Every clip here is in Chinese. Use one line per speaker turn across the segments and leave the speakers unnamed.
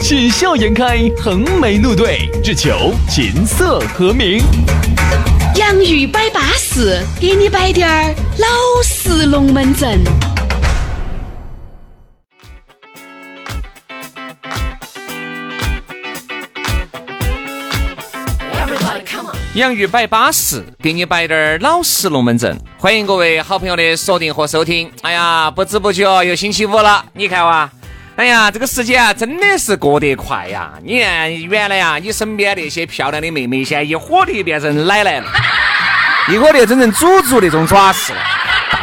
喜笑颜开，横眉怒对，只求琴瑟和鸣。
洋芋摆巴士，给你摆点儿老式龙门阵。
洋芋摆巴适，给你摆点儿老实龙门阵。欢迎各位好朋友的锁定和收听。哎呀，不知不觉哦又星期五了，你看哇、哎呀，这个时间啊，真的是过得快呀！你看原来呀、你身边那些漂亮的妹妹，现在一伙的变成奶奶了，一伙的整成祖祖那种爪式了。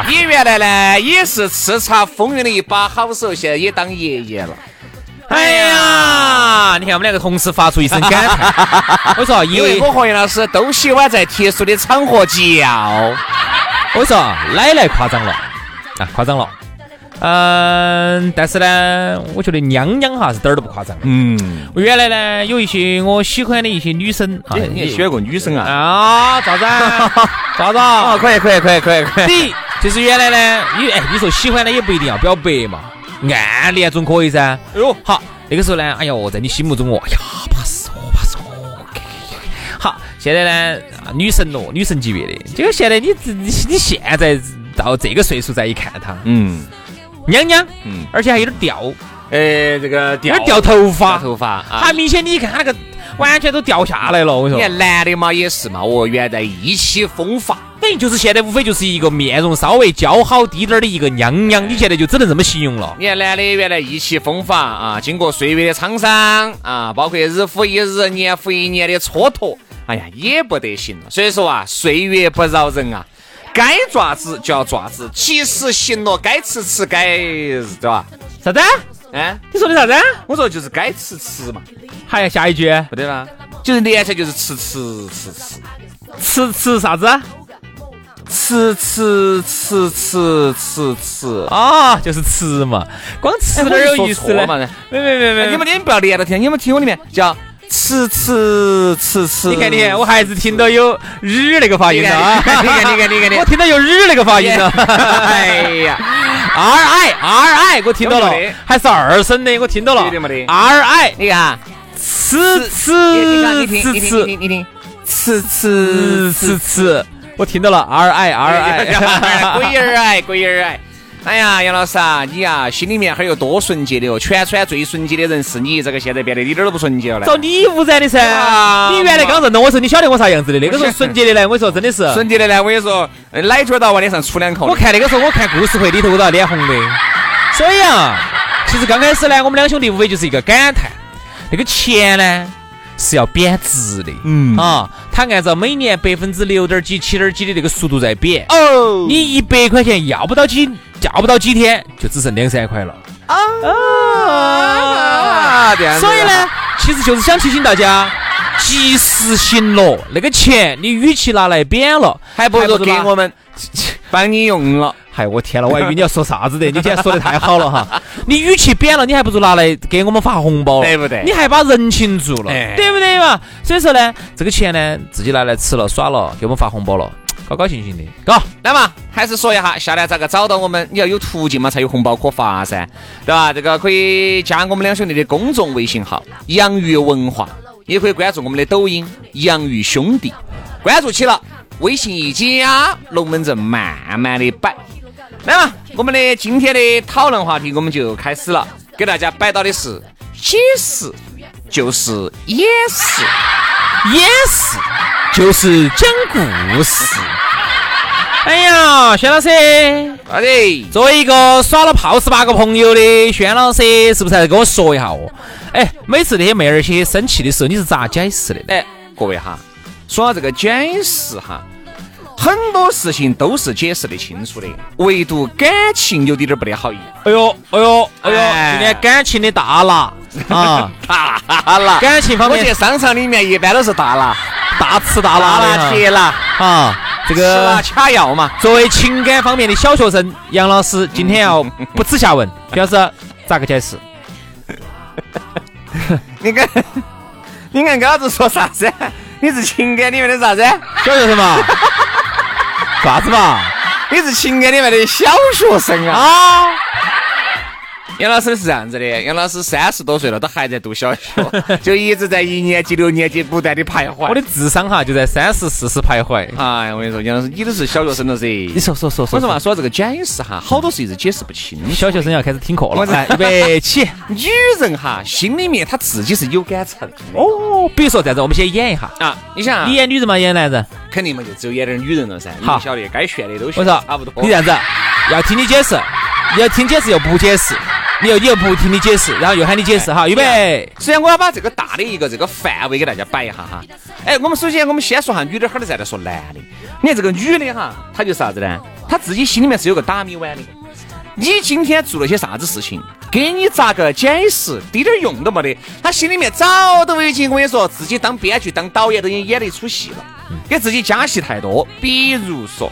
你原来呢也是叱咤风云的一把好手，现在也当爷爷了。
哎呀，啊你看我们两个同时发出一声感叹。 我说，因
因为
为
我和杨老师都喜欢在特殊的场合叫。
我说奶奶夸张了啊，夸张了。嗯，但是呢，我觉得娘娘哈是点儿都不夸张。
嗯，
我原来呢有一些我喜欢的一些女生啊，
你也喜欢过女生啊？
啊，咋 子啊？咋子啊？
哦
可以可以可以可 以可以。
第一就是原来呢，你哎，你说喜欢呢也不一定要表白嘛，暗恋总可以噻。哎呦，好，那个时候呢，哎呦，在你心目中哦，哎呀，巴适哦，巴适哦，可以可以好，现在呢，啊女神咯，女神级别的，结果现在你自你你现在到这个岁数再一看她，
嗯，
娘娘，
嗯
而且还有点掉，
哎，这个
有
掉
点掉头
掉
发，
头发啊
她。明显你一看她那个完全都掉下来了，我跟
你
你说，
看男的嘛也是嘛，哦，原来意气风发，
等于就是现在无非就是一个面容稍微姣好滴点儿的一个娘娘，你现在就只能这么形容了。
你看男的原来意气风发啊，经过岁月的沧桑啊，包括日复一日、年复一年的蹉跎，哎呀，也不得行了。所以说啊，岁月不饶人啊，该爪子就要爪子，及时行乐，该吃吃，该对吧？
啥子？
哎，
你说的啥子？
我说就是该吃吃嘛，
还要下一句？
不对吗？就是连起来就是吃吃吃
吃
吃
吃啥子？
吃吃吃吃吃吃。
啊、就是吃嘛，光吃哪儿有意思
哎我就说错
呢
了？嘛
没没没没，
哎你们你们不要连着听，你们听我里面叫吃吃吃吃。
你看你看，我还是听到有日那个发音了啊！
你看你看你看你看你看
我听到有日那个发音了。
哎呀，
R I R I，我听到了
有没有的，
还是二声的，我听到了。
有的没得
R I，
你看啊，
吃
你
吃
看你听你
吃
听你
吃
听你听，吃
吃
吃
吃吃，我听到了 R I R
鬼
I。
儿哎鬼儿哎。哎呀，杨老师啊，你呀、心里面还有多纯洁的哦！全川最纯洁的人是你，这个现在变得一点儿都不纯洁了呢。
找你污染的噻
啊！
你原来刚认到我时候，你晓得我啥样子的？那个时候纯洁的呢，我说真的是。
纯洁的呢，我跟你说，呃奶嘴儿到往脸上杵两口的。
我看那个时候，我看故事会里头，我都要脸红的。所以啊，其实刚开始呢，我们两兄弟无非就是一个感叹，那个钱呢是要贬值的，嗯啊，它按照每年百分之六点几、七点几的那个速度在贬。
哦
你一百块钱要不到几，要不到几天就只剩两三块了。
啊，这样子
所以呢，其实就是想提醒大家。及时行乐，那个钱你与其拿来贬了，
还不如
是
给
吧
我们 帮你用了。
嗨，我天了，我还以为你要说啥子的，你今天说的太好了哈。你与其贬了，你还不如拿来给我们发红包了，
对不对
你还把人情做了，
哎
对不对嘛？所以说呢，这个钱呢，自己拿来吃了耍了，给我们发红包了，高高兴兴的，嘎。
那么还是说一下，下来咋个找到我们？你要有途径嘛，才有红包可发噻，对吧？这个可以加我们两兄弟的公众微信号“洋芋文化”，也可以关注我们的抖音“洋芋兄弟”，关注起了，微信一加，龙门阵慢慢的摆。那么我们的今天的讨论话题我们就开始了，给大家摆到的是解释就是掩饰。
也是，就是讲故事。哎呀，轩老师，
好的，
作为一个耍了泡十八个朋友的轩老师，是不是还得跟我说一下哦？哎，每次那些妹儿些生气的时候，你是咋解释的？
哎，各位哈，说到这个解释哈，很多事情都是解释得清楚的，唯独感情有滴点儿不得好意。
哎呦，哎呦，哎呦，
哎
今天感情的大拿，啊，
大辣。
感情方
我
面
去商场里面一般都是大辣，
大吃大
大
拉
辣、
的
铁辣，
哈啊，这
吃辣
个
卡药嘛。
作为情感方面的小学生，杨老师今天要不耻下 问，徐老师咋个解释？
你看，你看刚子说啥子？啊你是情感里面的啥子？啊
小学生嘛， 啥子嘛？
你是情感里面的小学生啊！
啊，
杨老师是这样子的，杨老师三十多岁了，都还在读小 学，就一直在一年级、六年级不断的徘徊。
啊我的智商哈就在三十四十徘徊。
哎，我跟你说，杨老师，你都是小学生了噻。
你说说说说，
我说嘛，说这个解释哈，好多事情是解释不清楚。
小学生要开始听课了
我，这
来，预备起。
女人哈，心里面她自己是有杆秤的
哦，比如说这样子，我们先演一下。
啊。你想啊
你，演女人嘛，演男人。
肯定嘛，就只有演点女人了噻。你
好
不晓得该炫的都
我
炫，
说
差不多。
你这样子，要听你解释，你要听解释又不解释，你又你又不听你解释，然后又喊你
哎
解释哈，预备，
首先，我要把这个大的一个这个范围给大家摆一下哈。哎，我们首先我们先说下女的，哈儿再来说男的。你看这个女的哈，她就是啥子呢？她自己心里面是有个打米碗的。你今天做了些啥子事情，给你咋个解释，滴点儿用都没得。她心里面早都已经，我跟你说，自己当编剧、当导演都已经演了一出戏了，给自己加戏太多。比如说，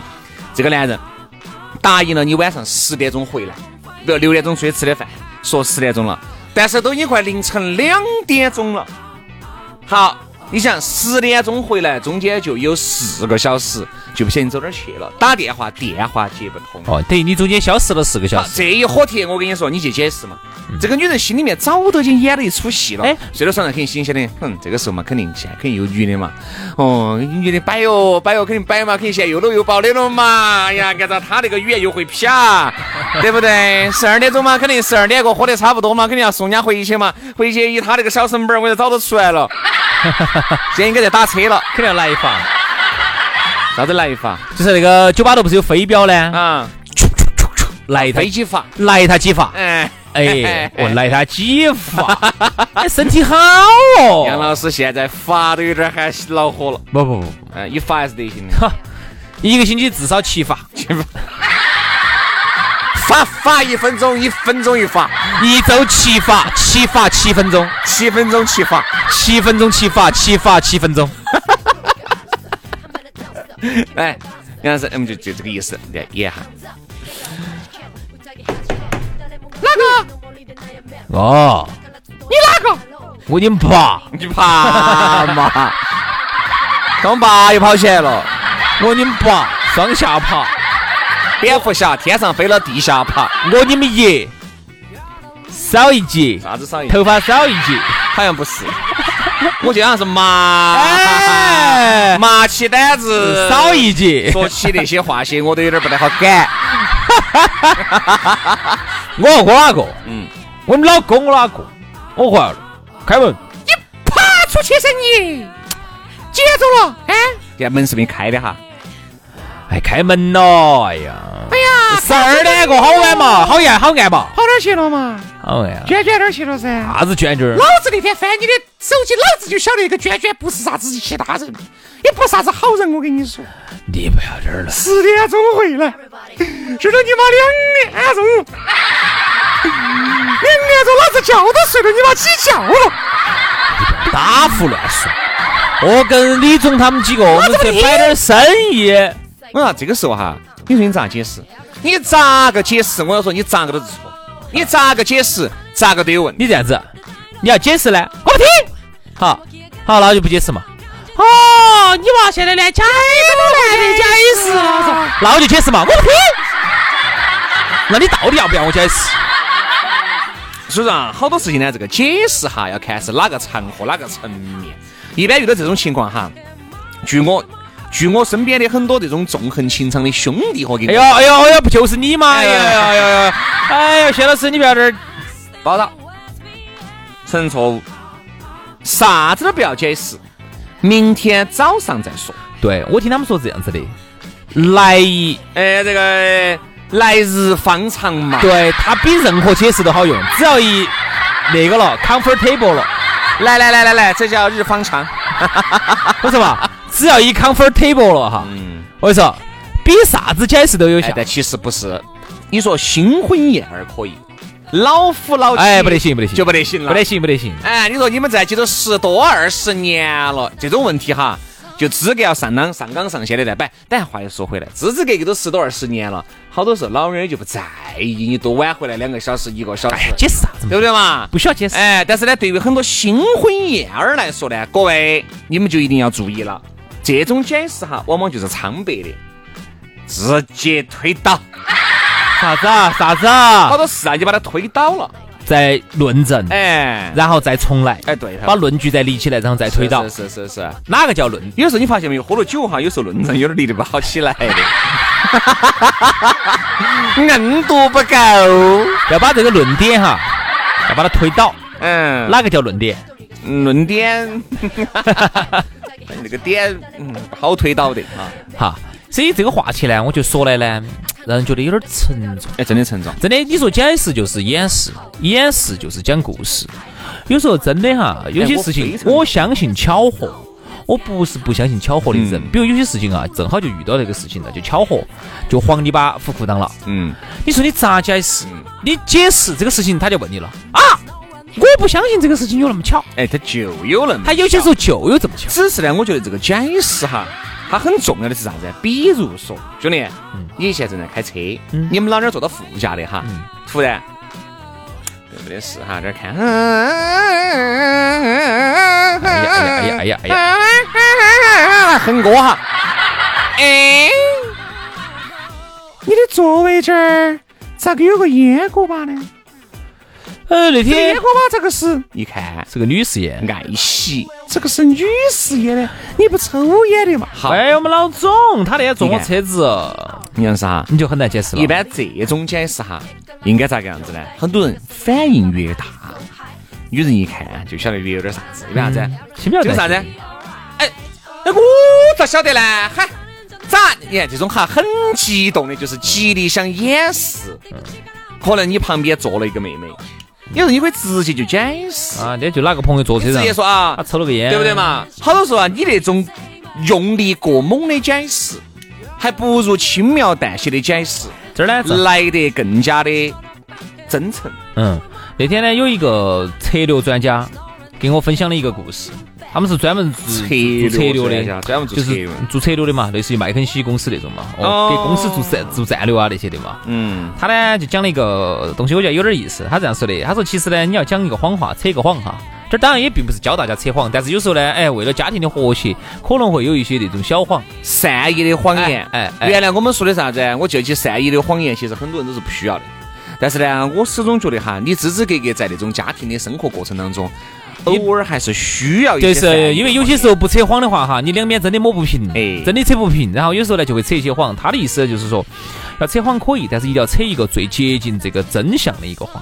这个男人答应了你晚上十点钟回来，比如六点钟出去吃的饭，说十点钟了，但是都已经快凌晨两点钟了。好，你想十点钟回来，中间就有四个小时，就不晓得你走哪儿去了，打电话电话接不通。
哦，等于你中间消失了四个小
好，
时。
啊这一火贴，我跟你说，你去解释嘛。这个女人心里面早都已经演了一出戏了，
嗯哎
哎，睡到床上肯定心里想的，哼，这个时候嘛，肯定现在肯定有女的嘛，哦，女的摆哟摆哟，肯定摆嘛，肯定现在又搂又抱的了嘛，哎呀，按照她那个语言又会啪， 对不对？十二点钟嘛，肯定十二点过喝的差不多嘛，肯定要送人家回去嘛，回去以她那个小身板儿，我就早都出 来了，现在应该在打车了，
肯定要来一发，
啥子来一发
就是那个酒吧头不是有飞镖呢？
啊？
来他
飞机法，
来他几发，
哎。
哎，我来他几发，哎，身体好哦。
杨老师现在发都有点喊恼火了，
不不不，
嗯，一发还是得行的，
一个星期至少七发，
发发一分钟，一分钟一发，
一周七发，七发七分钟，
七分钟七发，
七分钟七发，七发七分钟。
哎，杨老师，嗯，就就这个意思，来演哈，
哦，你哪个？我你爸，
你爬嘛，看我爸又跑起来了，
我你爸，双下巴。
蝙蝠侠天上飞了地下爬，
我你们爷少一截，
啥子上瘾？
头发少一截。
好像不是，我记得好像是麻，
哎
麻起胆子
少一截，
说起那些话些，我都有点不太好 赶，
我和我哪个？
嗯，
我们老公我哪个？我怀了，开门。
现在门是没开的哈，
哎，开门咯！哎呀，哎呀，十二点过好晚嘛，好暗好暗嘛，
跑哪儿去了嘛？
好暗啊。
娟娟哪儿去了噻？
啥子卷卷儿？
老子那天翻你的手机，老子就晓得一个娟娟不是啥子其他人，也不是啥子好人。我跟你说，
你不要这儿了，
十点钟回来，睡到你妈两点钟，两点钟老子觉都睡了，你妈起觉了，
打胡乱说。我跟李总他们几个，我们去摆点生意。
我说这个时候哈，你说你咋解释？你咋个解释？我要说你咋个都是错，你咋个解释，咋个都有问题。
你这样子，你要解释呢？我不听。好，好，那我就不解释嘛。
哦，你娃现在连解释都懒得解释
哎
了，
啊那我就解释嘛，我不听。那你到底要不要我解释？
所以说啊，好多事情呢，这个解释哈，要看是哪个场合、哪个层面。一般遇到这种情况哈，据我据我身边的很多这种纵横情场的兄弟伙给
哎
我
呦哎呦哎呦，不就是你吗？哎呀
哎呀
哎呀哎呀！哎呀，薛老师，你不要这儿。
报道，承认错误，啥子都不要解释，明天早上再说。
对我听他们说这样子的，来一
哎，这个来日方长嘛。
对它比任何解释都好用，只要一那个了，comfortable 了，
来来来来来，这叫日方长。
我说嘛，只要一 comfortable 了哈，
嗯，
我跟你说，比啥子解释都有效
哎哎，。但其实不是。你说新婚燕尔可以，老夫老妻，
哎，不得行，不得行，
就不得行了，
不得行，不得行。
哎，你说你们在一起都十多二十年了，这种问题哈，就资格要上纲上纲上线的来摆。但话又说回来，支支格格都十多二十年了，好多时候老人就不在意你多晚回来两个小时、一个小时，
哎呀，解释啥子嘛？
对不对嘛？
不需要解释。
哎，但是呢，对于很多新婚燕尔来说呢，各位你们就一定要注意了，这种解释哈，往往就是苍白的，直接推啊倒。
啥子啊？啥子啊
好？多事啊，就把它推倒了。
再论证，
哎，
然后再重来，
哎对
把论据再理起来，然后再推倒。
是是是是是。
哪个叫论？
有时候你发现没有，喝了酒哈，有时候论证有点力度不好起来的，硬度不够。
要把这个论点哈，要把它推倒。
嗯，
哪个叫论点？
那论点， 那个点，嗯，不好推倒的啊。
哈，所以这个话题呢，我就说来呢，让人觉得有点沉重。
哎，真的沉重。
真的，你说解释就是掩饰，掩饰就是讲故事。有时候真的哈，有些事情
哎我
我相信巧合，我不是不相信巧合的人。比如有些事情啊，正好就遇到这个事情了，就巧合，就黄你把糊裤裆了。
嗯，
你说你咋解释？你解释这个事情，他就问你了啊！我不相信这个事情有那么巧，
哎，他就有那么。
他有些时候就有这么巧。
只是呢，我觉得这个解释哈，它很重要的是啥子？比如说，兄弟，你现在正在开车，你们老娘坐到副驾的哈，突然没得事哈，在这儿看，
哎呀哎呀
哎
哎呀哎呀！
呀，哼歌哈，哎，
你的座位这儿咋个有个烟锅巴呢？
呃，那
这
天
烟锅巴这个是
你看
是个女士耶。
爱惜，
这个是女士烟的，你不抽烟的嘛？
好，
哎，我们老总他那天坐我车子，
你看是哈，
你就很难解释了。
一般这种解释哈，应该咋个样子呢？很多人反应越大，女人一看就晓得越有点啥子，因为啥子？
轻描
这
淡
个
写
啥子？哎，那我咋晓得呢？嗨，咋？你看这种哈，很激动的，就是极力想掩饰。可能你旁边坐了一个妹妹，有时候你可以直接就解释，
啊，那就哪个朋友坐车
直
上，
接说啊
他，抽了个烟，
对不对？嘛？好多时候啊，你那种用力过猛的解释，还不如轻描淡写的解释。
这儿呢，这儿
来得更加的真诚。
嗯，那天呢有一个策略专家给我分享了一个故事，他们是专门做
策
做
略
策略
专家
的，
专门做
就
策略
是做策略的嘛，类似于麦肯锡公司那种嘛，哦，
哦
给公司做战做战略啊那些的嘛。
嗯，
他呢就讲了一个东西，我觉得有点意思。他这样说的，他说其实呢，你要讲一个谎话，扯一个谎哈。这当然也并不是教大家扯谎，但是有时候呢，哎，为了家庭的和谐，可能会有一些那种小谎。
善意的谎言，
哎哎哎
原来我们说的啥子？啊我就起善意的谎言，其实很多人都是不需要的。但是呢，我始终觉得哈，你支支格格在那种家庭的生活过程当中，偶尔还是需要一些
就
善意的谎
是
言，
因为有些时候不扯谎的话哈，你两边真的抹不平，
哎
真的扯不平。然后有时候呢就会扯一些谎。他的意思就是说，要扯谎可以，但是一定要扯一个最接近这个真相的一个谎。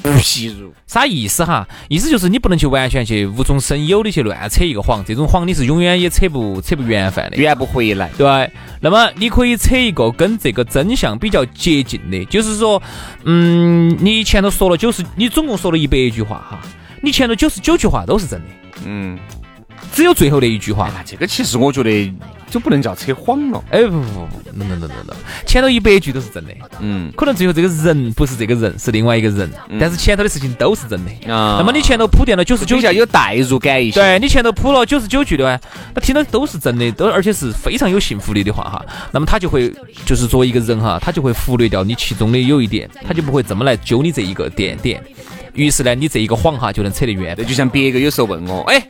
不譬如，
啥意思哈？意思就是你不能去完全去无中生有的去乱扯一个谎，这种谎你是永远也扯不扯不圆饭的。
圆不回来。
对，那么你可以扯一个跟这个真相比较接近的，就是说，嗯，你前头说了九十，你总共说了一百句话哈，你前头九十九句话都是真的，
嗯，
只有最后那一句话
哎，呀，这个其实我觉得就不能叫扯谎了。
哎不不不不，no no no no no，前头一百句都是真的，
嗯，
可能最后这个人不是这个人，是另外一个人，但是前头的事情都是真的。
啊
那么你前头铺垫了九十九
就要
句，
有代入感一些。
对你前头铺了九十九句的话，他听到都是真的，都而且是非常有信服力的话哈，那么他就会就是作为一个人哈，他就会忽略掉你其中的有一点，他就不会这么来揪你这一个点点。于是呢，你这一个谎哈就能扯得远
那。就像别个有时候问我，哎，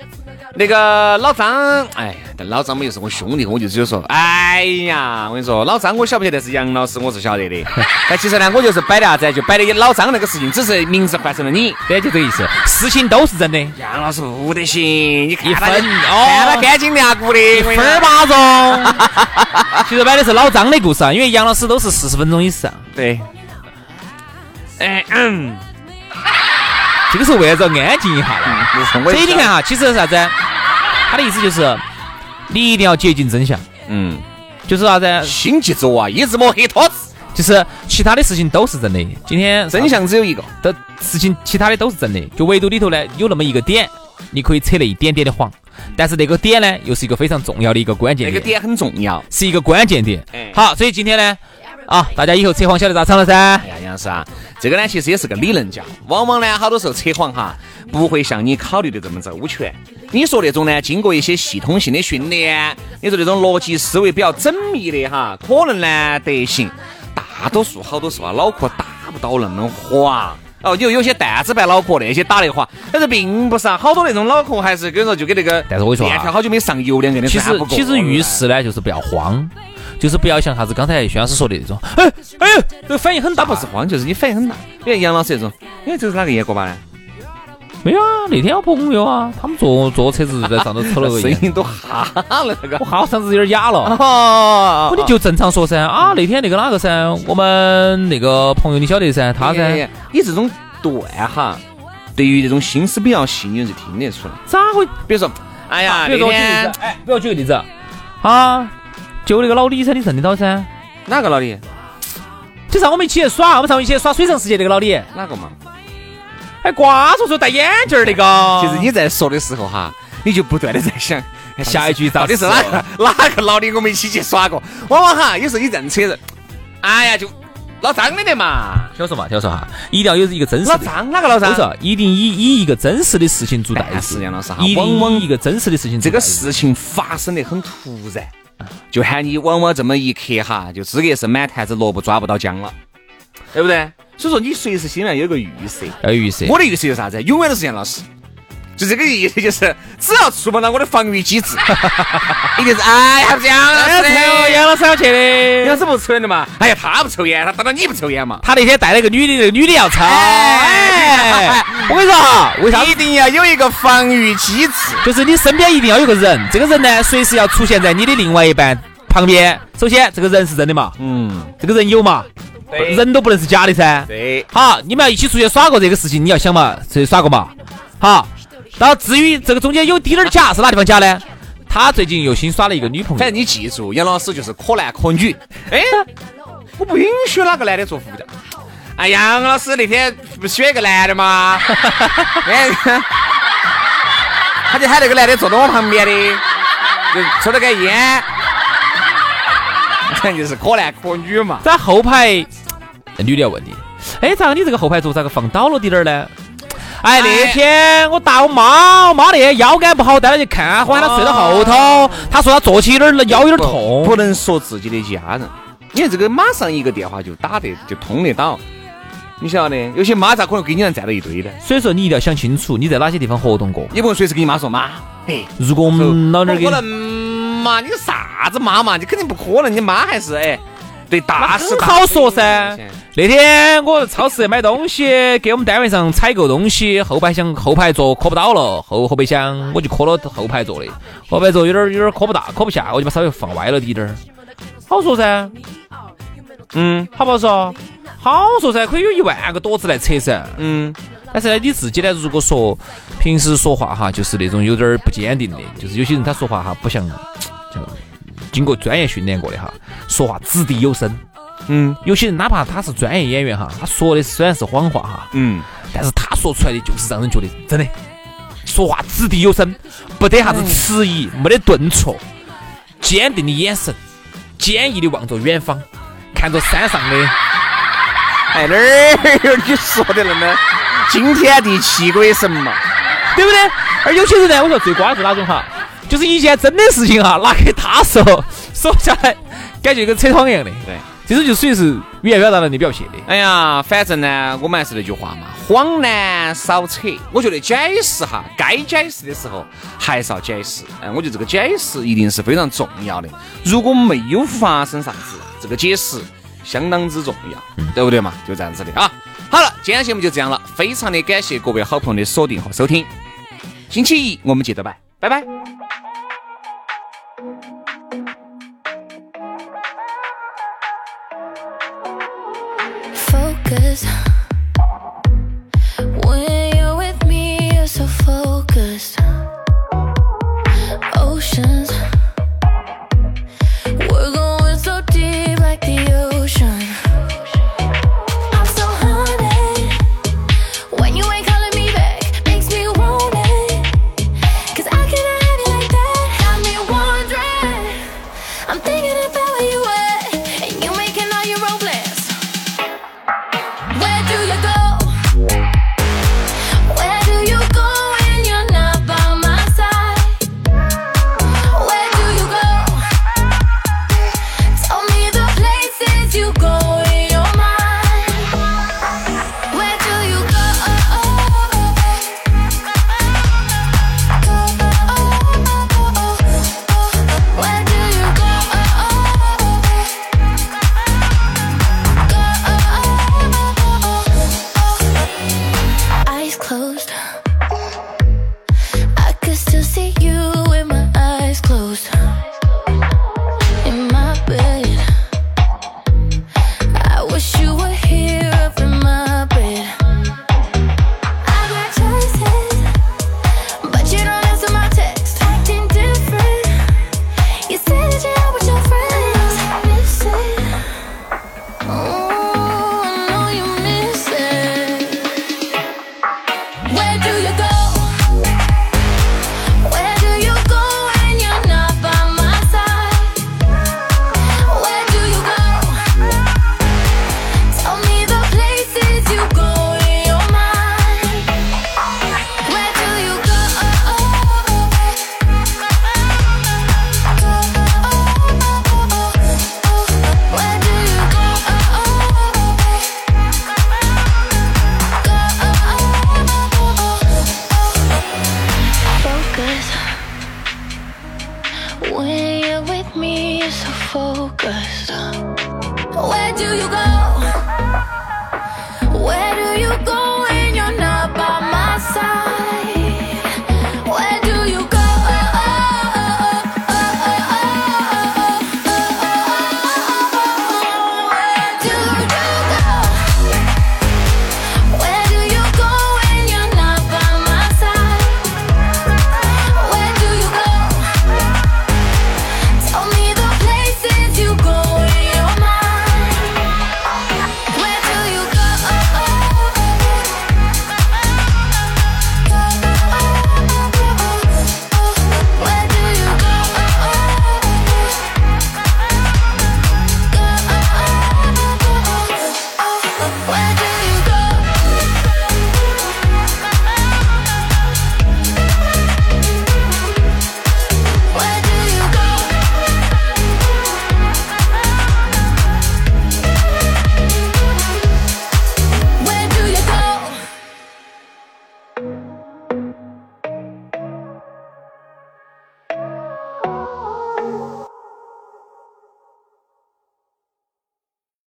那个老张，哎，但老张嘛又是我兄弟，我就只有说，哎呀，我跟你说，老张我晓不晓得，但是杨老师我是晓 得的。但其实呢，我就是摆的啥子，就摆的老张那个事情，只是名字换成了你。
对，就这个意思，事情都是真的，一
杨老师不得行，你看他
一分哦
看他干净利 骨的，啊一
分儿。八中。 其实摆的是老张的故事啊，因为杨老师都是四十分钟以啊上。
对，哎，嗯，
这个时候为啥子要安静一下呢？
我
所以你
啊
看，哈，其实是啥子？他的意思就是，你一定要接近真相，
嗯，
就是啥子？
心急走啊，一直摸黑拖子，
就是其他的事情都是真的，今天
真相只有一个。
的事情，其他的都是真的，就唯独里头呢有那么一个点，你可以扯了一点点的谎，但是那个点呢，又是一个非常重要的一个关键
那个
点，
点很重要，
是一个关键点
哎。
好，所以今天呢，啊，大家以后扯黄晓得咋唱了噻
哎。呀，杨老师啊，这个呢其实也是个理论家，往往呢好多时候扯谎哈，不会像你考虑的这么周全。你说那种呢，经过一些系统性的训练，你说那种逻辑思维比较缜密的哈，可能呢得行。大多数好多时候啊，脑壳打不到那么滑。哦，有有些担子白脑壳那些打得滑，但是并不是啊，好多那种脑壳还是跟你说就跟那个，
但是我跟你说啊
面条好久没上油两个的，
其实其实遇
于
事呢，就是不要慌，就是不要像啥子刚才薛老师说的那种，哎哎呦，这个反应很大
打不是慌，就是你反应很大。你看杨老师那种，你看这是哪个烟锅巴呢？
没有啊，那天我婆公没有啊，他们坐坐车子在上头抽了 个
声
烟，
音都哈了那个
我。哈我嗓子有点哑了。
哦
我你就正常说噻啊，那天那个哪个噻，我们那个朋友你晓得噻，
哦
他
哎
噻，，
你这种断哈，对于这种心思比较细，你是听得出来。
咋会？
比如说，哎呀，
比如
那
说我举个例
天
子，哎，比如我举个例子，啊，就那个老李噻，你认得到噻？
哪个老李？
就上我们一起去耍，我们上一起去耍水上世界那个老李，
哪个嘛？
哎，瓜叔叔戴眼镜儿那个。
其实你在说的时候哈，你就不断的在想
下一句咋
哦到底是
说
哪个哪个老李我们一起去耍过？往往哈，有时候你认车人，哎呀，就老张的得嘛，
听我说嘛，听我说哈，一定要有一个真实
老
的。
张哪个老
我
张？
说一定以以一个真实的事情做代
但
替
是，杨老师哈
一，
往往
定以一个真实的事情
这
做
个
代替。
事情发生的很突然，就喊你往往这么一刻哈，就资格是满坛子萝卜抓不到姜了，对不对？所以说你随时心里面有个预设。
要有预设。
我的预设是啥子？永远都是杨老师。就这个意思，就是只要触碰到我的防御机制， 一定是哎呀，杨老师的，
杨老师要去的
杨老师不抽烟的嘛？哎呀，他不抽烟，他当然你不抽烟嘛。
他那天带了个女的，那个女的要抽。哎，我跟你说哈，为啥子？
一定要有一个防御机制。
就是你身边一定要有个人，这个人呢，随时要出现在你的另外一半旁边。首先，这个人是真的嘛？
嗯，
这个人有嘛？
对
人都不能是假的噻。
对，
好，你们要一起出去耍过这个事情，你要想嘛，出去耍过嘛。好，然后至于这个中间有滴点儿假，是哪地方假呢？他最近又新耍了一个女朋
反
友
正，你记住，杨老师就是可男可女。哎，我不允许哪个男的做副驾。哎，杨老师那天不是选一个男的吗？哎，他就喊那个男的坐到我旁边的，就抽了根烟。看就是可男可女嘛。
在后排，那女的要问你，哎，咋个你这个后排座咋个放倒了滴点儿呢？哎，那天我打我妈，我妈那天腰杆不好，带她去看，我喊她睡到后头，她说她坐起有点儿腰有点儿痛。
哦不能说自己的家人，你看这个马上一个电话就打得就通得到。你晓得，有些妈咋可能跟你俩站到一堆呢？
所以说你一定要想清楚你在哪些地方活动过。
你不能随时跟你妈说妈，嘿，
如果我们老
不
娘儿给
可能嘛！你啥子妈嘛？你肯定不可能，你妈还是哎，对大事
很
大
好
非
说噻。那天我超市买东西，给我们单位上采购东西，后排箱后排座磕不到了，后后备箱我就磕了后排座的，后排座有点有点磕不大，磕不下，我就把稍微放歪了滴点儿。好说噻，
嗯
好不好说？好说噻，可以有一万个朵子来扯噻。
嗯，
但是呢，你自己呢，如果说平时说话哈，就是那种有点儿不坚定的，就是有些人他说话哈，不像像经过专业训练过的哈，说话掷地有声。
嗯，
有些人哪怕他是专业演员哈，他说的虽然是谎话哈，
嗯，
但是他说出来的就是让人觉得真的说话掷地有声，不得啥子迟疑，没得顿挫，坚定的眼神，坚毅的望着远方，看着山上的。
哎，哪儿 有你说的那么惊天地泣鬼神嘛？
对不对？而有些人呢，我说最瓜的是哪种哈？就是一件真的事情哈，拿给他说，说下来感觉跟扯谎一样的。
对，
这种就属于是语言表达能力比较撇的。
哎呀，反正呢，我们还是那句话嘛，谎呢少扯。我觉得解释哈，该解释的时候还是要解释。哎，我觉得这个解释一定是非常重要的。如果没有发生啥子，这个解释相当之重要，对不对嘛？就这样子的啊。好了，今天节目就这样了，非常的感谢各位好朋友的锁定和收听。星期一我们接着拜，拜拜。
Focus. When you're with me, you're so focused. Oceans. We're going so deep like the ocean. I'm so haunted. When you ain't calling me back, makes me want it. Cause I cannot have you like that. Got me wondering. I'm thinking about where you at, and you making all your own plans. Oh, When you're with me, you're so focused. Where do you go?